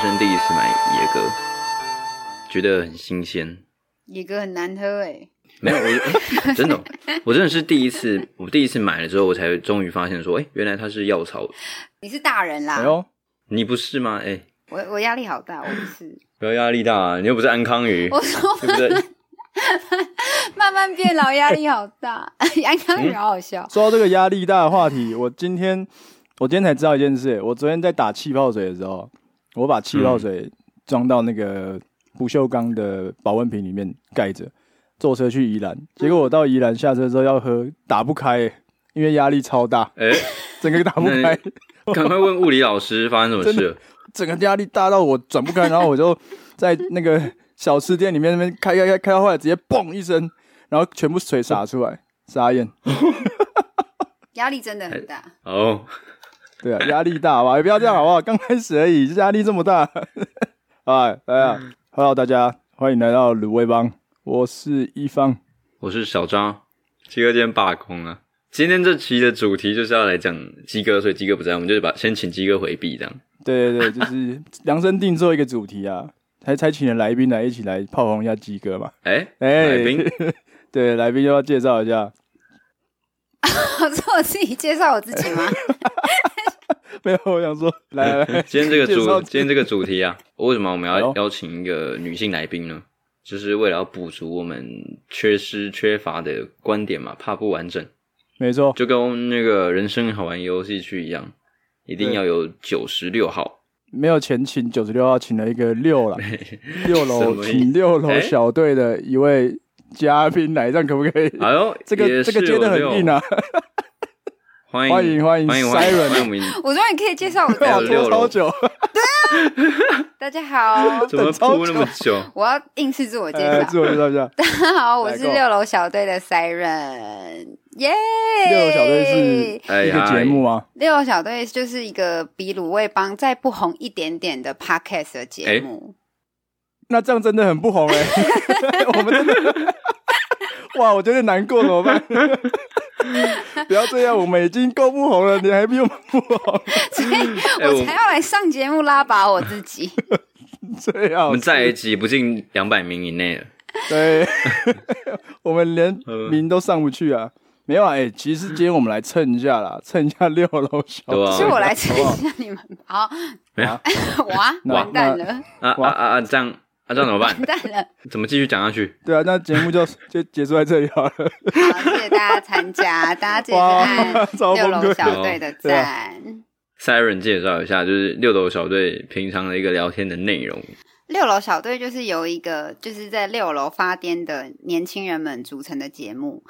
生第一次买野格，觉得很新鲜。野格很难喝哎、没有，我、 欸真的，我真的是第一次，我第一次买了之后，我才终于发现说，哎、原来它是药草。你是大人啦，哎呦，你不是吗？哎、我我压力好大，我不是。不要压力大、啊，你又不是安康鱼，我说对不对？ 慢慢变老，压力好 大。哎嗯杨康宇好好笑，说到这个压力大的话题，我今天我今天才知道一件事，我昨天在打气泡水的时候，我把气泡水装到那个不锈钢的保温瓶里面盖着，坐车去宜兰，结果我到宜兰下车之后要喝，打不开、因为压力超大，哎、整个打不那开，赶快问物理老师发生什么事了。整个压力大到我转不开，然后我就在那个小吃店里面那边开开开开到后来直接嘣一声，然后全部水洒出来，傻眼。压力真的很大。哦， 对啊，压力大吧？也不要这样好不好？刚开始而已，压力这么大。 哎，大家、h 嗯 e l l o 大家，欢迎来到卤味帮，我是一方。我是小张，鸡哥今天罢工啊。今天这期的主题就是要来讲鸡哥，所以鸡哥不在，我们就把先请鸡哥回避这样。对对对，就是 量身定做一个主题啊，才才请了来宾来一起来炮轰一下鸡哥嘛。哎、哎、来宾对，来宾要不要介绍一下？我说我自己介绍我自己吗？没有，我想说，来 来来，今天这个介绍主，今天这个主题啊，为什么我们哎要呦邀请一个女性来宾呢？就是为了要补足我们缺失、缺乏的观点嘛，怕不完整，没错，就跟那个人生好玩游戏区一样，一定对要有九十六号。没有前请九十六号，请了一个六了，六什楼么意思请六楼哎小队的一位嘉宾来，这样可不可以？哎呦，这个也这个是接的有六很硬啊！欢欢迎欢迎欢迎欢迎 Siren 欢迎我们 我终于可以介绍我 自还有我己。六啊拖楼 超久，大家好，怎么铺那么 久？我要硬是自我介呃，绍。自我介绍一下，大家好，我是来够六楼小队的 Siren，耶！六楼小队哎一个呀，节目啊，六楼小队就是一个比卤味帮再不红一点点的 podcast 的节目。哎那这样真的很 不红哎、我们真的， 哇，我觉得难过怎么办？ 不要这样，我们已经够不红了，你还比我们不红，所以哎我才要来上节目拉拔我自己。最我好们再挤不进两百名以内了。对， 我们连嗯名都上不去啊。没有啊，哎、其实今天我们来蹭一下啦，蹭一下六楼小对啊是我队。来测一下你们好， 没有啊哇，那完蛋了，啊啊哇啊啊！这样啊这样怎么 办 完？蛋了！怎么继续讲下去？对啊，那节目就就结束在这里好了。好，谢谢大家参加，大家记哇得，去超按六崩楼溃！小队的赞。 Siren 介绍一下，就是六楼小队平常的一个聊天的内容。六楼小队就是由一个就是在六楼发癫的年轻人们组成的节目，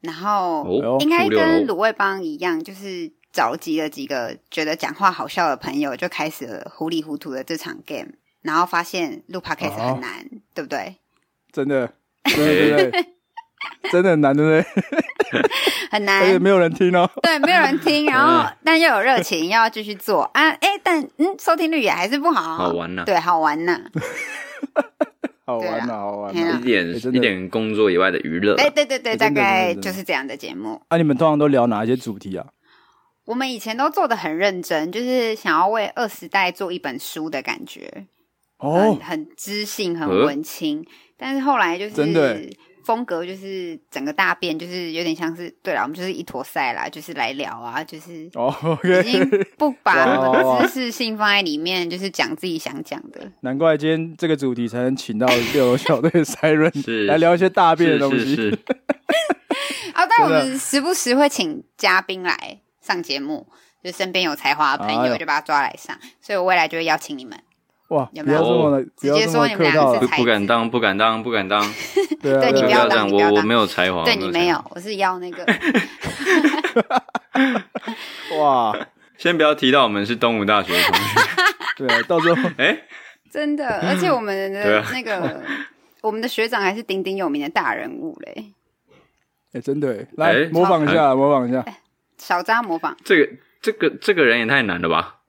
然后哎哦，应该住六跟楼卤味帮一样，就是找集了几个觉得讲话好笑的朋友，就开始了糊里糊涂的这场 game，然后发现录 podcast 哦很难，对不对？真的，对对对，真的很难，对不对？很而且难，没有人听哦。 对，没有人听，然哎后但又有热情，又要继续做啊，哎，但嗯，收听率也还是不好，好玩啊呐、对，好玩 呐， 好玩对呐、啊好玩嘿呐、啦一点、哎真的一点工作以外的娱乐。对对对对，哎大真的概真的真的就是这样的节目。啊，你们通常都聊哪一些主题啊？我们以前都做的很认真，就是想要为二十代做一本书的感觉，哦很，很知性，很呃文青。但是后来就是真的欸风格就是整个大变，就是有点像是对啦，我们就是一坨塞啦，就是来聊啊， 就是哦已，OK，经不哇哇把哇知识性放在里面，就是讲自己想讲的。 难怪今天这个主题才能请到六楼小队的 Siren 是来聊一些大便的是东是西。 是， 啊，但我真的们时不时会请嘉宾来上节目，就身边有才华的朋哎友呦就把他抓来上，所以我未来就会邀请你们。哇，有不没有要这么的，哦不直要接这么说你们客俩套了不是，不敢当，不敢当，不敢当。对啊，对你不不啊要这当样，你不要我我当没有才哦华，对你我没才华有。，我是邀 那个哇，先不要提到我们是东吴大学的同 学。对啊，到时候哎、真的，而且我们对的啊那个我们的学长还是鼎鼎有名的大人物嘞，哎，真的耶哎来模仿一下，模仿一下，小扎模仿这个这个这个人也太难了吧？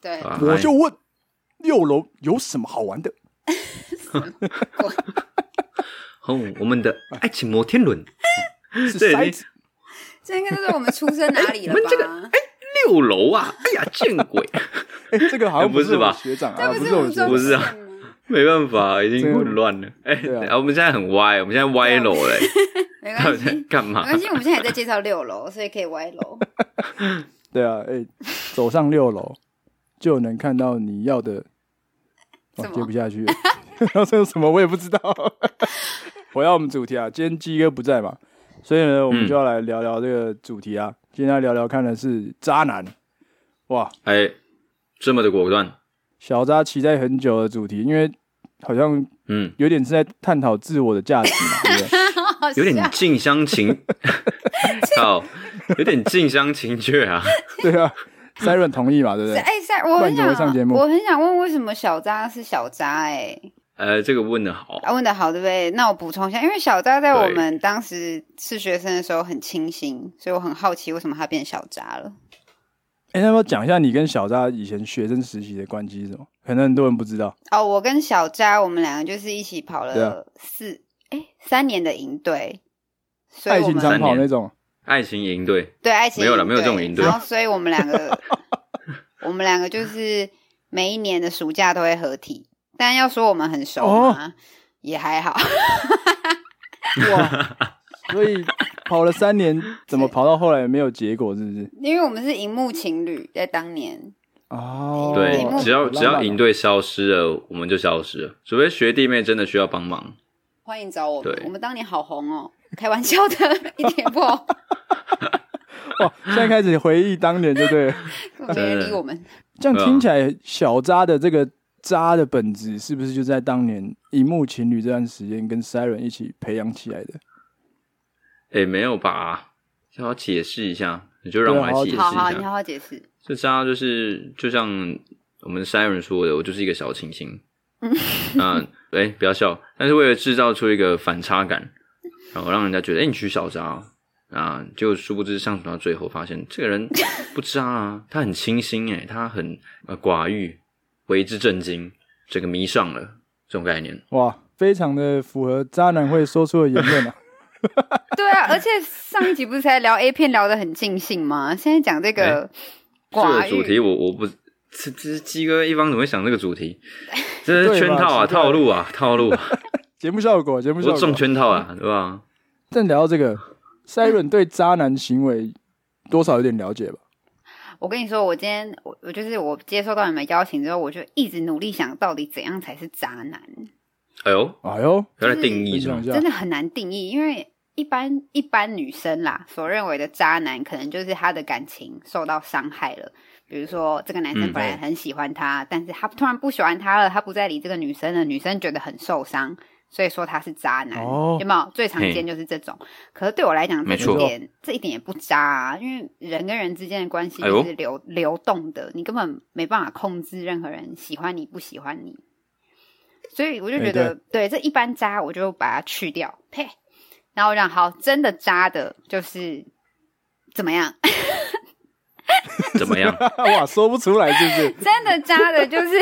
对，啊我就问六楼有什么好玩的？哦，我们的爱情摩天轮是对塞你子，这应该就是我们出生哪里了哎我们这个吧？六楼啊！哎呀，见鬼！ 哎，这个好像不是是我吧学长啊，这不是我吴学长，宗不是宪啊吗？没办法，已经真的混乱了。哎、对啊等下我们现在很歪，我们现在歪楼嘞、没到关底 系，在没干嘛？关系，我们现在也在介绍六楼，所以可以歪楼。对啊，哎，走上六 楼就能看到你要的，哇什，么接不下去了， 这是什么我也不知道。 回到我们主题啊，今天鸡哥不在嘛，所以呢，我们嗯就要来聊聊这个主题啊。今天要聊聊看的是渣男，哇，哎、这么的果断，小渣期待很久的主题，因为好像嗯，有点是在探讨自我的价值 嘛，对不对？好有点笑近乡情，靠，有点近乡情怯啊。对啊，Siren 同意嘛，对不是对？哎，在我不然很你怎么会上节想，目我很想问为什么小渣是小渣、哎，呃，这个问的好，啊，问的好，对不对？那我补充一下，因为小渣在我对们当时是学生的时候很清新，所以我很好奇为什么他变小渣了。哎、那么讲一下你跟小渣以前学生时期的关系是什么？可能很多人不知道。哦，我跟小渣，我们两个就是一起跑对啊了四哎、三年的营队，所以爱我情们长跑那种，爱情营队，对爱情没有了营没有这种队营队然后所以我们两个，我们两个就是每一年的暑假都会合体，但要说我们很熟哦吗？也还好， 哇！ 所以跑了三年，怎么跑到后来没有结果？是不是？因为我们是荧幕情侣，在当年哦，对哦，只要只要营对，队消失了，我们就消失了，除非学弟妹真的需要帮忙。欢迎找我们对，我们当年好红哦， 开玩笑的，一点不 红，哇！现在开始回忆当年，就对了。没人理我们。 这啊样听起来，小渣的这个渣的本质，是不是就在当年荧幕情侣这段时间跟 Siren 一起培养起来的？哎、没有吧？要解释一下，你就让我来解释一啊好好，你下。好好解释。这渣就是就像我们 Siren 说的，我就是一个小清新。 嗯，哎、不要笑，但是为了制造出一个反差感，然后让人家觉得，哎、你娶小渣哦、啊，就殊不知相处到最后，发现这个人不渣啊，他很清新哎、他很呃寡欲，为之震惊，整个迷上了这种概念。哇，非常的符合渣男会说出的言论啊！ 对啊， 而且上一集不是才聊 A 片聊得很尽兴吗？现在讲这个寡哎这个欲，主题我我不，这这是鸡哥一方怎么会想这个主题？这对吧是圈套啊，奇怪套路啊，套路啊，节目效果，节目效我果。中圈套啊，对吧？但聊到这个，Siren 对渣男行为多少有点了解吧？我跟你说，我今天我我就是我接收到你们邀请之后，我就一直努力想到底怎样才是渣男，哎呦，哎呦，原来定义分是享吗一？下真，的很难定义，因为一般一般女生啦所认为的渣男，可能就是她的感情受到伤害了。比如说，这个男生嗯本来很喜欢她，但是他突然不喜欢她了，他不再理这个女生了，女生觉得很受伤，所以说他是渣男，哦有没有？最常见就是这种。可是对我来讲，这没一错点这一点也不渣啊，因为人跟人之间的关系哎呦就是流、流动的，你根本没办法控制任何人喜欢你不喜欢你。所以我就觉得，哎对这一般渣，我就把它去掉，呸。然后我讲好，真的渣的，就是怎么样？ 怎么 样？哇，说不出来是不是？真的渣的，就是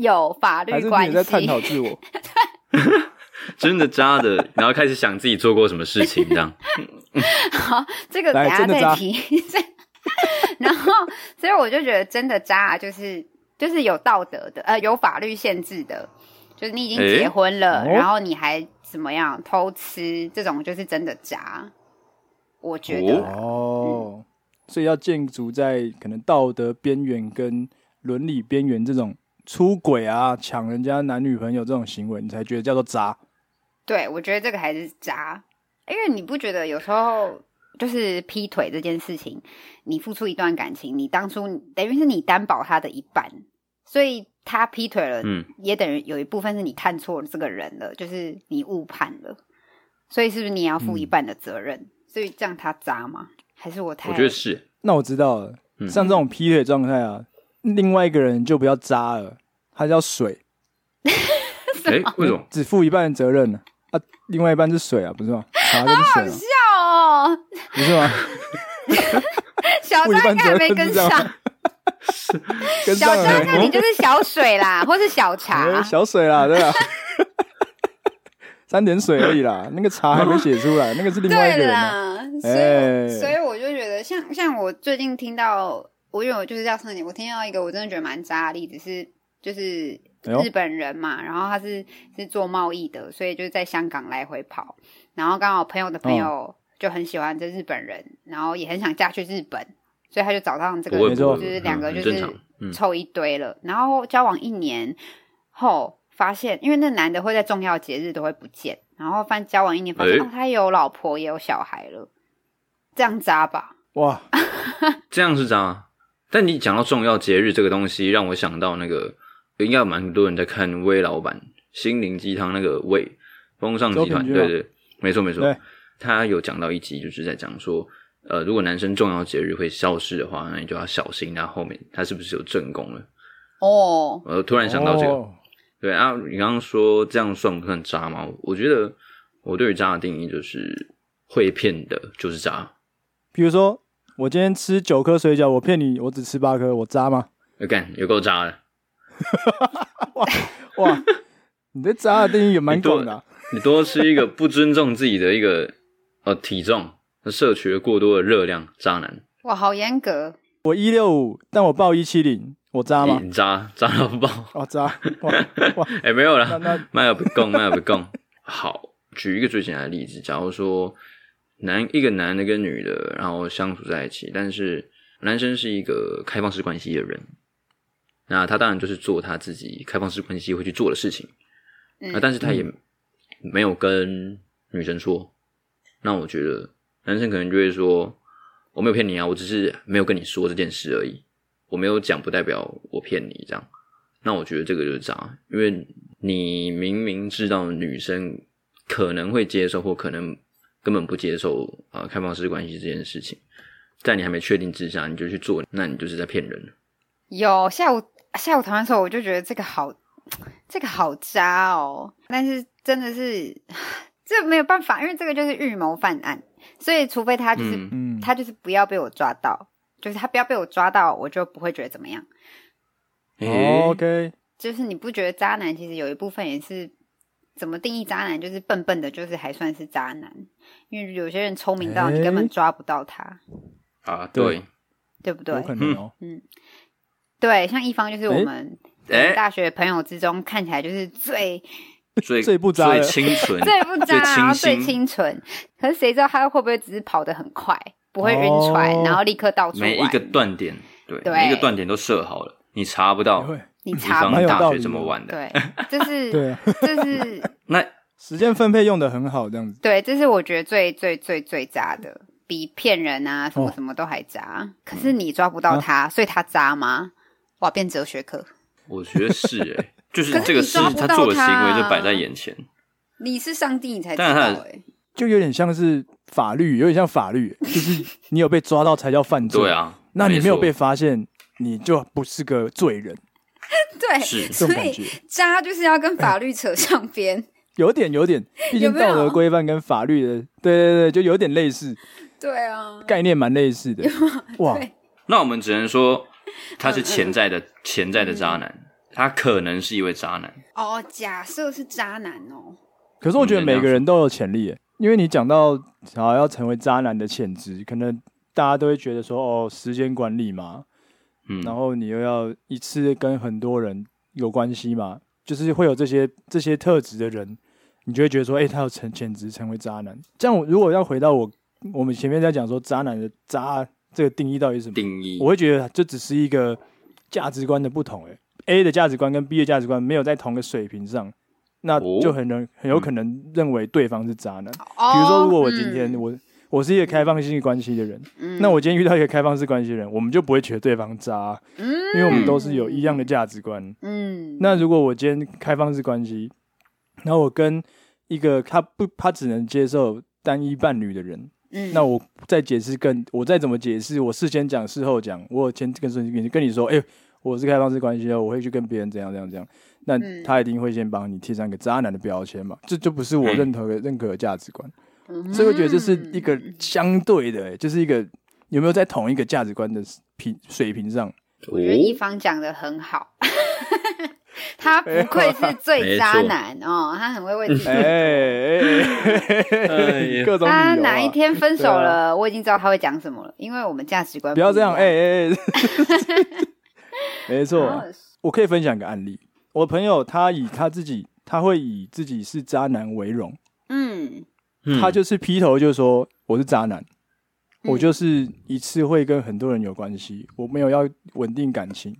有法还律是你关也系。在探讨自我？ 真的渣的，然后开始想自己做过什么事情，这样。好，这个等来下真的再渣提。 然后，所以我就觉得真的渣啊，就是就是有道德的，呃，有法律限制的，就是你已经诶结婚了，哦然后你还怎么样偷吃，这种就是真的渣。我觉得啦，哦，所以要建筑在可能道德边缘跟伦理边缘这种出轨啊、抢人家男女朋友这种行为，你才觉得叫做渣。对我觉得这个还是渣，因为你不觉得有时候就是劈腿这件事情，你付出一段感情，你当初等于是你担保他的一半，所以他劈腿了，嗯，也等于有一部分是你看错了这个人了，就是你误判了，所以是不是你也要负一嗯半的责任？所以这样他渣吗？还是我太我觉得是， 那我知道了，嗯像这种劈腿状态啊，另外一个人就不要渣了，他叫水，哎，为什么？只负一半的责任呢、啊。另外一半是水啊，不是吗？茶跟 水嘛，笑哦，不是吗？ 小负一张半应该还责任没是跟这样上， 吗， 跟小张上了那没你就是小水 啦，或是小茶哎，小水 啦，对啊，三点水而已啦，那个茶还没写出 来，那个是另外一个对人啊。啦，所以、哎所以我就觉得像像我最近听到我有就是这样上年，我听到一个我真的觉得蛮渣的例子是，就是哎呦日本人嘛，然后他是是做贸易的，所以就是在香港来回跑，然后刚好朋友的朋嗯友就很喜欢这日本人，然后也很想嫁去日本，所以他就找上这个不会没不错会，就是两个嗯很就是正常，嗯，凑一堆了，然后交往一年后发现，因为那男的会在重要节日都会不见，然后发交往一年发现、诶哦，他有老婆也有小孩了，这样渣吧？哇，这样是渣。啊但你讲到重要节日这个东西，让我想到那个应该有蛮多人在看魏老板心灵鸡汤那个魏风尚集团，周品君对吗对，没错没错对，他有讲到一集，就是在讲说，呃，如果男生重要节日会消失的话，那你就要小心他后面他是不是有正宫了。哦，我突然想到这个，哦对啊，你刚刚说这样算不算渣吗？我觉得我对于渣的定义就是会骗的，就是渣。比如说我今天吃九颗水饺，我骗你，我只吃八颗，我渣吗？呃干，有够渣的！ 哇，你对渣的定义也蛮广的啊、你多吃一个不尊重自己的一个呃体重，摄取了过多的热量，渣男。哇，好严格，我一六五，但我报一七零，我渣吗？你渣渣到爆！哦，渣，哇哇， 哎、没有那啦，那卖了不供，卖了不供。好，举一个最简单的例子，假如说男一个男的跟女的，然后相处在一起，但是男生是一个开放式关系的人，那他当然就是做他自己开放式关系会去做的事情，嗯那、但是他嗯也没有跟女生说，那我觉得男生可能就会说，我没有骗你啊，我只是没有跟你说这件事而已，我没有讲不代表我骗你这样。那我觉得这个就是渣，因为你明明知道女生可能会接受或可能根本不接受啊、呃开放式关系这件事情，在你还没确定之下你就去做，那你就是在骗人了。有下午下午谈完的时候，我就觉得这个好，这个好渣哦。但是真的是 这没有办法，因为这个就是预谋犯案，所以除非他啊就是、嗯 嗯，他就是不要被我抓到，就是他不要被我抓到，我就不会觉得怎么样。诶哦 OK，就是你不觉得渣男其实有一部分也是怎么定义渣男？就是笨笨的，就是还算是渣男，因为有些人聪明到你根本诶抓不到他，啊，对对，对不对有？可能哦。对，像一方就是我诶们诶大学朋友之中看起来就是最最最不渣 的最清纯，最不渣，然后最清新清纯。可是谁知道他会不会只是跑得很快，不会晕船，哦然后立刻到处玩？每一个断点，对，对每一个断点都设嗯好了，你查不也到会你一查方不蛮有到。大道学理的怎么玩的。对，这是 对啊，这是那时间分配用的很好，这样子。对，这是我觉得最最最最渣的，比骗人啊什么哦嗯啊什么都还渣。可是你抓不到他，所以他渣吗？哇，变哲学课。我觉得是诶、 就是可是这个你事抓不他到做的行他为啊就摆在眼前，你是上帝，你才知但是他道哎、就有点像是法律，有点像法律，就是你有被抓到才叫犯罪。对，啊，那你没有错被发现，你就不是个罪人，对，是这所种感以觉渣就是要跟法律扯上边。有点有点，毕有竟没有道德规范跟法律的，对对对，就有点类似，对啊，概念蛮类似的。 哇，对那我们只能说他嗯是潜在的潜在的渣男，他可能是一位渣男。哦，假设是渣男哦，可是我觉得每个人都有潜力耶，因为你讲到啊要成为渣男的潜质，可能大家都会觉得说哦，时间管理嘛，嗯，然后你又要一次跟很多人有关系嘛，就是会有这些这些特质的人，你就会觉得说，哎、他有成潜质成为渣男。这样我如果要回到我我们前面在讲说渣男的渣这个定义到底是什么，定义我会觉得这只是一个价值观的不同、欸，A 的价值观跟 B 的价值观没有在同个水平上，那哦就很能很有可能认为对方是渣男。哦，比如说，如果我今天嗯我我是一个开放性关系的人，嗯那我今天遇到一个开放式关系的人，我们就不会觉得对方渣啊，嗯因为我们都是有一样的价值观。嗯，那如果我今天开放式关系，然后我跟一个他不他只能接受单一伴侣的人，嗯那我再解释更，我再怎么解释，我事先讲，事后讲，我有先跟跟跟你说，哎、我是开放式关系哦，我会去跟别人怎样怎样怎样，嗯那他一定会先帮你贴上一个渣男的标签嘛，这就不是我嗯认同的认可的价值观，嗯所以我觉得这是一个相对的、哎就是一个有没有在同一个价值观的平水平上，我觉得一哦方讲的很好， 他不愧是最渣男哦，他很会为自己。哎哎哎哎呀各种理由、他啊。哪一天分手了，我已经知道他会讲什么了，因为我们价值观不要这样，一哎哎哎， 没然错后，我可以分享一个案例。我朋友他以他自己，他会以自己是渣男为荣，嗯，嗯他就是劈头就说我是渣男，嗯我就是一次会跟很多人有关系，我没有要稳定感情。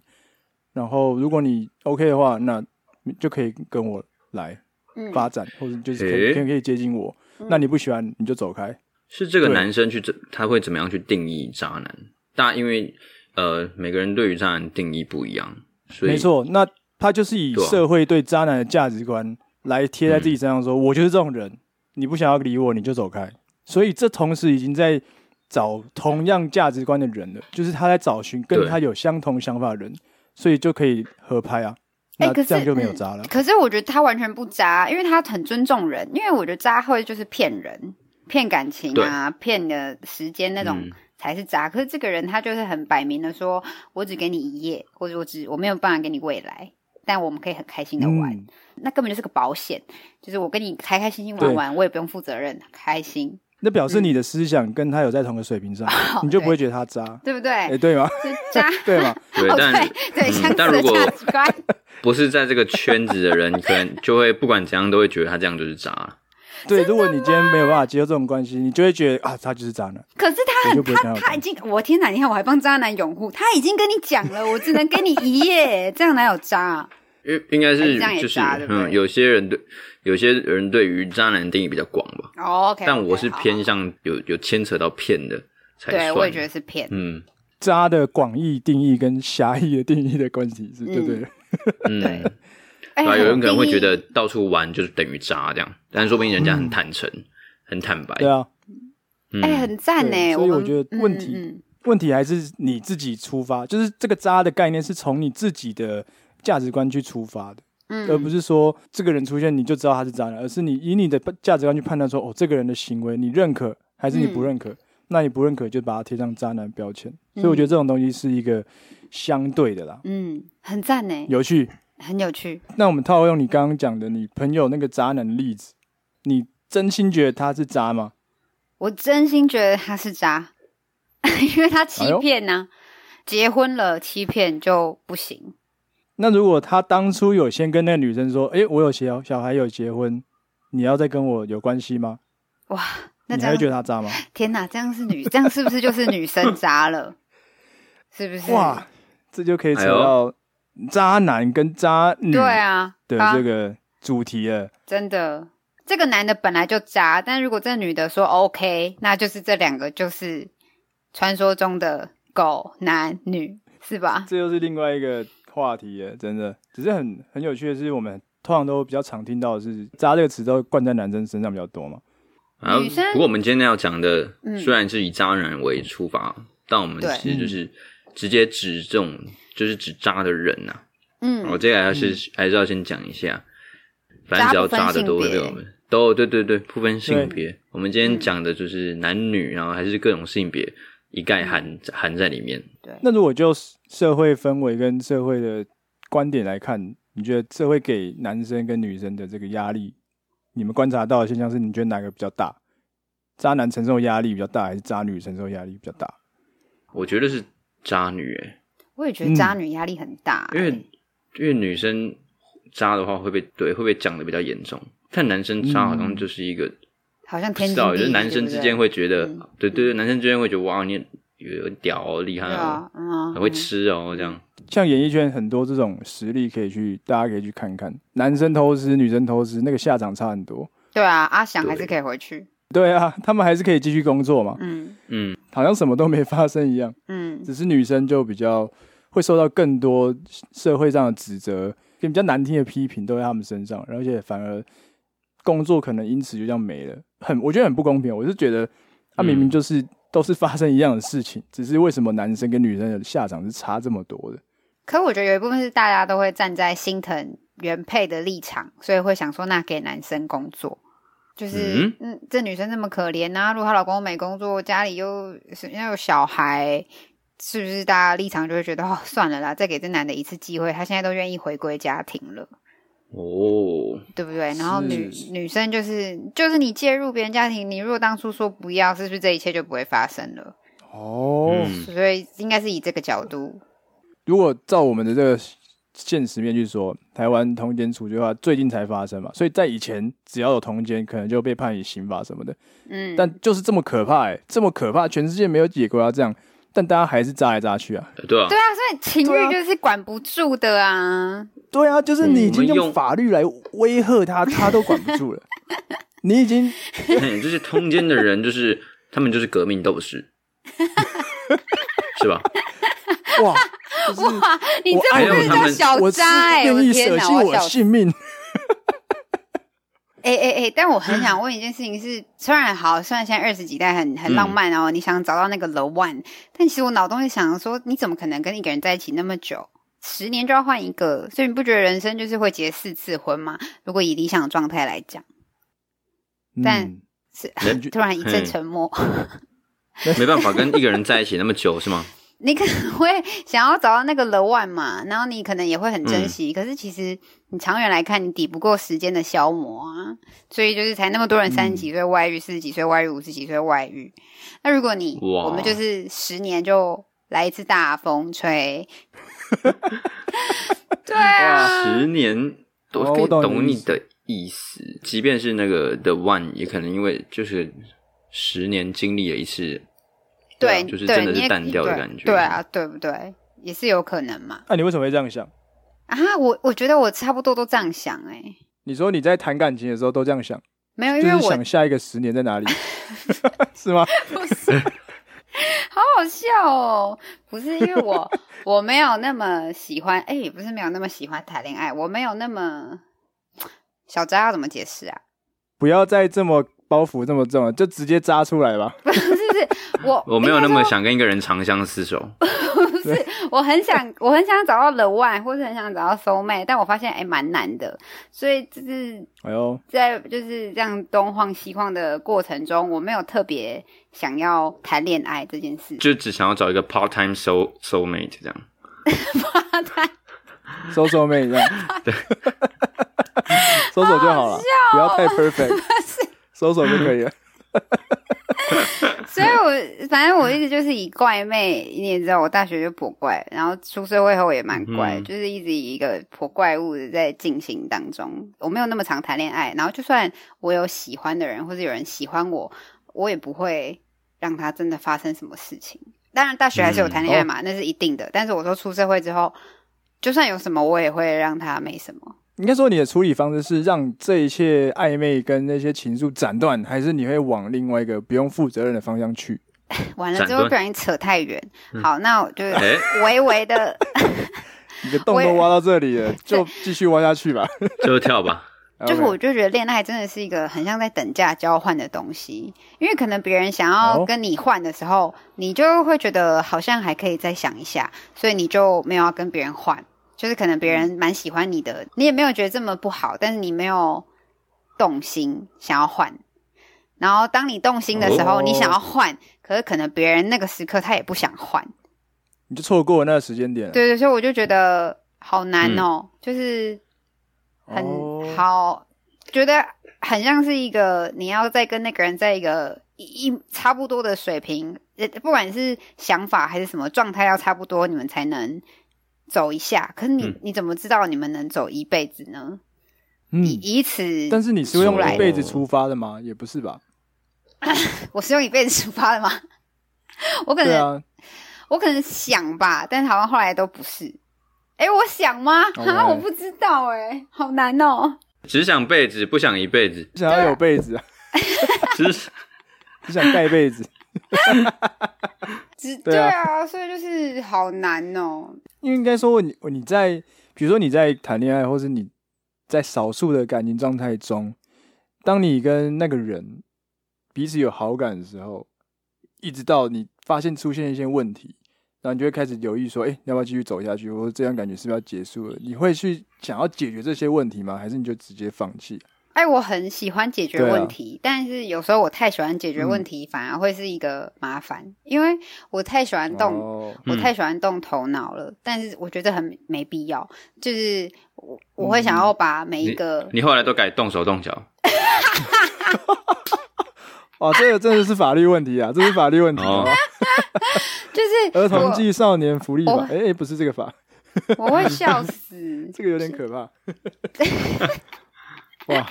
然后如果你 OK 的话，那你就可以跟我来嗯发展，或者就是可以诶可以可以接近我。那你不喜欢你就走开，是这个对男生去怎他会怎么样去定义渣男？大因为呃每个人对于渣男定义不一样，所以没错，那他就是以对啊社会对渣男的价值观来贴在自己身上说，我就是这种人，你不想要理我，你就走开。所以这同时已经在找同样价值观的人了，就是他在找寻跟对他有相同想法的人，所以就可以合拍啊。哎那可是这样就没有渣了。可是我觉得他完全不渣，因为他很尊重人。因为我觉得渣会就是骗人、骗感情啊、骗你的时间那种嗯才是渣。可是这个人他就是很摆明的说，我只给你一夜，或者我只我没有办法给你未来，但我们可以很开心的玩。嗯那根本就是个保险，就是我跟你开开心心玩玩，我也不用负责任，开心，那表嗯示你的思想跟他有在同个水平 上，你就不会觉得他渣，对不哦对？哎，对吗？ 是渣。对吗？ 对，哦，但对对，嗯相似但的如果价值 观。不是在这个圈子的人，可能就会不管怎样都会觉得他这样就是渣。对，如果你今天没有办法接受这种关系，你就会觉得啊，他就是渣男。可是他我就很不会跟他他他已经，我天哪！你看我还帮渣男拥护，他已经跟你讲了，我只能给你一夜，这样哪有渣、 啊？因应该哎这是样也就是渣对不对嗯，有些人对有些人对于渣男定义比较广吧，哦 OK，但我是 OK，好偏向有有牵扯到骗的才算。对，我也觉得是骗。嗯渣的广义定义跟狭义的定义的关系是，对不对？嗯，对对啊哎吧？有人可能会觉，得很到处玩就是等于渣这样，但是说不定人家很坦诚、很坦白。对啊，定义嗯，哎，很赞呢。对所以们我觉得问题嗯嗯问题还是你自己出发，就是这个渣的概念是从你自己的价值观去出发的，嗯而不是说这个人出现你就知道他是渣男，而是你以你的价值观去判断说，哦，这个人的行为你认可还是你不认可。那你不认可就把他贴上渣男标签，所以我觉得这种东西是一个相对的啦，嗯，很赞呢，有趣。很有趣。那我们套用你刚刚讲的你朋友那个渣男的例子，你真心觉得他是渣吗？我真心觉得他是渣， 因为他哎欺呦骗呢、结婚了欺骗就不行。那如果他当初有先跟那个女生说：“诶，我有小小孩有结婚，你要再跟我有关系吗哇，？”那你这还会样觉得他 渣吗？天哪，这样是女，这样是不是就是女生渣了？是不是？哇，，这就可以扯哎呦到渣男跟渣女对啊，的啊嗯这个主题了。真的，这个男的本来就渣，但如果这女的说 OK，那就是这两个就是传说中的狗男女，是吧？这又是另外一个话题了，真的。只是很很有趣的是，我们通常都比较常听到的是“渣”这个词都灌在男生身上比较多嘛。然后女生，不过我们今天要讲的嗯虽然是以渣男为出发，但我们对其实嗯就是直接指这种就是指渣的人呐、我嗯，这个还是、还是要先讲一下，反渣正只要不分渣的性都会别被我们都对对对，不分性对别。我们今天讲的就是男嗯女，然后还是各种性别，一概含含在里面。对，那如果就社会氛围跟社会的观点来看，你觉得社会给男生跟女生的这个压力，你们观察到的现象是，你觉得哪个比较大？渣男承受压力比较大，还是渣女承受压力比较大？我觉得是渣女、欸，我也觉得嗯渣女压力很大、欸因为因为女生渣的话会被对会被讲的比较严重，看男生渣好像就是一个、好像不天知经道，地义，就是男生之间会觉得嗯，对对对，男生之间会觉得哇，你有屌哦，厉害对不哦，对对啊，嗯，很会吃哦，这样。像演艺圈很多这种实例可以去，大家可以去看看，男生偷吃，女生偷吃，那个下场差很多。对啊，阿翔还对是可以回去，对啊，他们还是可以继续工作嘛，嗯嗯，好像什么都没发生一样。嗯，只是女生就比较会受到更多社会上的指责，跟比较难听的批评都在他们身上，而且反而工作可能因此就这样没了，很我觉得很不公平。我是觉得，他、嗯明明就是、都是发生一样的事情，只是为什么男生跟女生的下场是差这么多的？可我觉得有一部分是大家都会站在心疼原配的立场，所以会想说，那给男生工作，就是嗯这女生这么可怜啊，如果她老公没工作，家里又是要有小孩，是不是大家立场就会觉得哦，算了啦，再给这男的一次机会，他现在都愿意回归家庭了，哦，对不对？然后女是女生就是就是你介入别人家庭，你如果当初说不要，是不是这一切就不会发生了？哦，嗯所以应该是以这个角度，如果照我们的这个现实面去说，台湾通奸处罪化最近才发生嘛，所以在以前只要有通奸，可能就被判以刑法什么的。嗯，但就是这么可怕、欸，这么可怕，全世界没有几个国家这样，但大家还是扎来扎去啊。呃对啊， 对啊，所以情对啊欲就是管不住的啊。对啊，就是你已经嗯我们用用法律来威吓他，他都管不住 了。你已经嘿这些通奸的人就是他们就是革命斗士，是吧？哇，就是哇，你我这爱不慕是他叫们小我是渣哎、我愿的意天舍哪，弃我我要的笑死性命。哎哎哎！但我很想问一件事情是，虽然好，虽然现在二十几代很嗯很浪漫哦，你想找到那个 the one，但其实我脑中就想说，你怎么可能跟一个人在一起那么久？十年就要换一个，所以你不觉得人生就是会结四次婚吗？如果以理想的状态来讲，但嗯 是没突然一阵嘿沉默，没办法跟一个人在一起那么久是吗？你可能会想要找到那个 the one 嘛，然后你可能也会很嗯珍惜，可是其实你长远来看，你抵不过时间的消磨啊，所以就是才那么多人嗯三十几岁外遇，四十几岁外遇，五十几岁外遇。那如果你哇我们就是十年就来一次大风吹，对啊，十年，我哦可我以懂你懂的意你的意思。即便是那个 The One，也可能因为就是十年经历了一次，对啊就是对真的你是也淡掉的感觉。对对啊，对不对？也是有可能嘛。那、你为什么会这样想？啊，我我觉得我差不多都这样想哎、你说你在谈感情的时候都这样想，没有，就因为是我想下一个十年在 哪里， 是吗？不是， 好好笑哦！不是因为我我没有那么喜欢，哎、也不是没有那么喜欢谈恋爱，我没有那么小渣要怎么解释啊？ 不要再这么包袱这么重了，就直接扎出来吧。不是，是我 我没有那应该么想跟一个人长相厮守。说我很想，我很想找到 the one，或是很想找到 soul mate，但我发现哎，蛮、难的，所以就是哎呦，在就是这样东晃西晃的过程中，我没有特别想要谈恋爱这件事。就只想要找一个 part time soul soul mate 这样。收收妹 一样， 收手就好了，哦不要太 perfect，收手就可以了。所以我反正我一直就是以怪妹，你也知道，我大学就破怪，然后出社会后我也蛮怪，嗯就是一直以一个破怪物的在进行当中。我没有那么常谈恋爱，然后就算我有喜欢的人，或者有人喜欢我，我也不会让他真的发生什么事情。当然，大学还是有嗯谈哦恋爱嘛，那是一定的。但是我说出社会之后，就算有什么，我也会让他没什么。应该说你的处理方式是让这一切暧昧跟那些情愫斩断，还是你会往另外一个不用负责任的方向去？完了斩之后断不小心扯太远，好，那我就哎微微的。你的洞都挖到这里了，就继续挖下去吧。就跳吧。就是我 OK 就觉得恋爱真的是一个很像在等价交换的东西，因为可能别人想要哦跟你换的时候，你就会觉得好像还可以再想一下，所以你就没有要跟别人换。就是可能别嗯人蛮喜欢你的，你也没有觉得这么不好，但是你没有动心想要换。然后当你动心的时候，哦你想要换，可是可能别人那个时刻他也不想换。你就错过了那个时间点了。对对，所以我就觉得好难嗯哦，就是很哦好，觉得很像是一个你要再跟那个人在一个一一差不多的水平，呃不管是想法还是什么状态要差不多，你们才能走一下。可是你、嗯你怎么知道你们能走一辈子呢？以嗯，以此，但是你是会用出来一辈子出发的吗？也不是吧？我是用一辈子出发的吗？ 我可对能、啊，我可能想吧，但是好像后来都不是。哎、我想吗？好啊，来我不知道哎、好难哦、只想被子，不想一辈子。想啊要有被子，只是只 想盖被子。只对对啊啊，所以就是好难哦。因为应该说你你在，比如说你在谈恋爱，或是你在少数的感情状态中，当你跟那个人彼此有好感的时候，一直到你发现出现一些问题，然后你就会开始犹豫说，哎、要不要继续走下去，或者这段感觉是不是要结束了？你会去想要解决这些问题吗？还是你就直接放弃？哎、哎，我很喜欢解决对啊嗯问题，但是有时候我太喜欢解决问题，反而会是一个麻烦，因为我太喜欢动哦嗯我太喜欢动头脑了，但是我觉得很没必要。就是我我会嗯想要把每一个，你后来都改动手动脚，哇，啊这个真的是法律问题啊，这是法律问题、啊哦。就是儿童暨少年福利我法，哎、哎不是这个法，，我我会笑死 这个有点可 怕。哇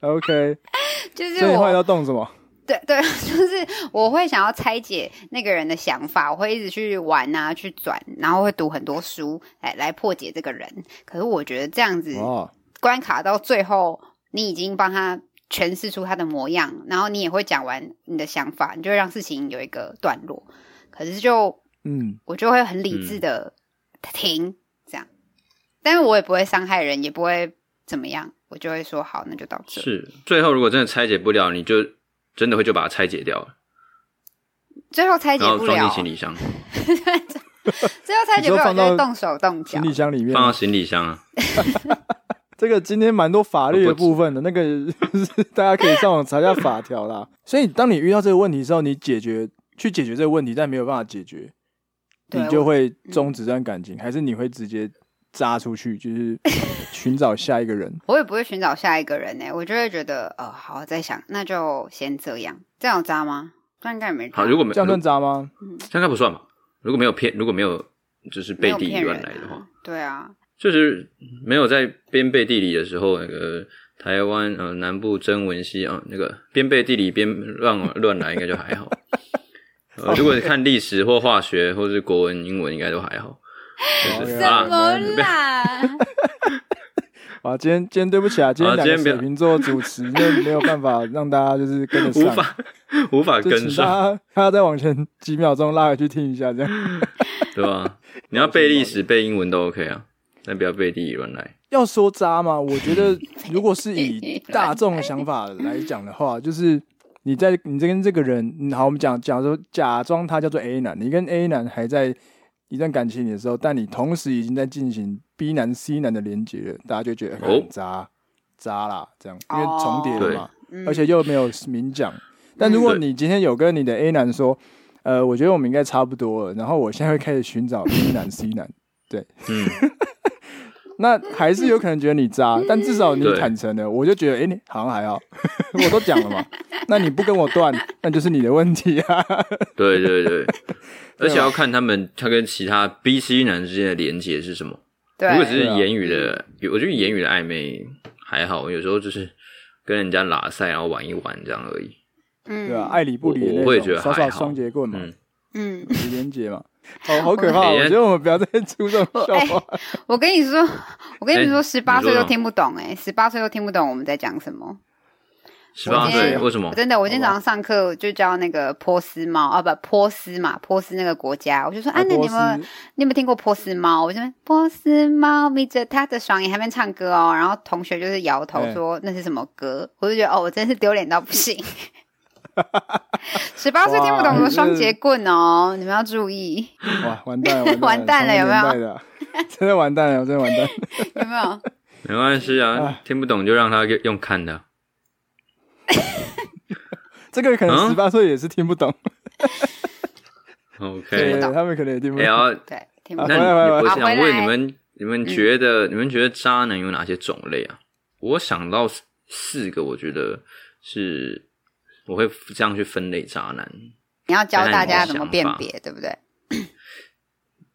，OK， 就是所以你后来我要动什么？对对， 就是我会想要拆解那个人的想法，我会一直去玩啊，去转，然后会读很多书来来破解这个人。可是我觉得这样子哦，关卡到最后，你已经帮他诠释出他的模样，然后你也会讲完你的想法，你就会让事情有一个段落。可是就嗯，我就会很理智嗯的停、这样，但是我也不会伤害人，也不会怎么样，我就会说好，那就到这。是最后如果真的拆解不了，你就真的会就把它拆解掉了，最后拆解然后不装进了，行李箱，最后拆解不了，我你说放就到会动手动脚行。李箱里面放到行李箱啊。这个今天蛮多法律的部分的，那个 是大家可以上网查一下法条啦。所以当你遇到这个问题之后，你解决去解决这个问题，但没有办法解决，对你就我嗯会终止这段感情，还是你会直接扎出去，就是寻找下一个人？我也不会寻找下一个人呢、我就会觉得，呃，好，再想，那就先这样。这样有渣吗？这样应该也没渣好，如果没这样如算渣吗？这样应该不算吧？如果没有骗，如果没有就是没背有地里骗人乱来的啊话，，对啊，就是没有在边背地理的时候，那个台湾呃南部曾文溪啊、那个边背地理边乱乱来，应该就还好。呃，如果你看历史或化学或是国文、英文，应该都还好。就是什啊 怎么不要啦？啊，今天今天对不起啊，今天两个今天不要水瓶座主持那没有办法让大家就是跟得无 上，法无法就跟请大上，家大家再往前几秒钟拉回去听一下，这样。 对吧？你要背历史、背英文都 OK 啊，但不要背地理乱来。要说渣吗？我觉得如果是以大众的想法来讲的话，就是你在你在跟这个人，嗯好，我们讲讲说假装他叫做 A 男，你跟 A 男还在一段感情里的时候，但你同时已经在进行 B 男 C 男的连接了，大家就觉得哦很渣、渣啦，这样因为重叠了嘛，嗯而且又没有明讲。但如果你今天有跟你的 A 男说，呃，我觉得我们应该差不多了，然后我现在会开始寻找 B 男 C 男。嗯，那还是有可能觉得你渣，嗯但至少你对坦诚了，我就觉得，哎、你好像还好， 我都讲了嘛。那你不跟我断，那就是你的问题啊。对对 对，而且要看他们他跟其他 B、C 男之间的连接是什么。对，如果只是对啊言语的，有我觉得言语的暧昧还好，有时候就是跟人家拉塞，然后玩一玩这样而已。嗯，对啊，爱理不理的我我那也觉种，得少还少好双节棍嘛，嗯嗯，李连杰嘛，哦，好可怕！哎我觉得我们不要再出这种笑话。我跟你说，我跟你说，哎十八岁你说什都么听不懂、哎，十八岁都听不懂我们在讲什么。十八我今岁天为什么？真的，我今天早上上课就教那个波斯猫啊，不波斯嘛，波斯那个国家，我就说啊，那你波有没有斯你有没有听过波斯猫？我这边波斯猫眯着它的双眼，还没唱歌哦。然后同学就是摇头哎说那是什么歌？我就觉得哦，我真是丢脸到 不行。十八岁听不懂什么双节棍哦，你们要注意，哇，完蛋了，完蛋了有没有有？真的完蛋了，真的完蛋。有没有？没关系啊哎，听不懂就让他用看的啊。这个可能嗯十八岁也是听不懂，听 OK，不对懂他们可能也听不然懂。后对，听不那啊你懂回来回来嗯我好想回来问你们，你们觉得你们觉得渣男有哪些种类啊？我想到四四个，我觉得是我会这样去分类渣男。你要教看看大你的家怎么想辨法别，对不对？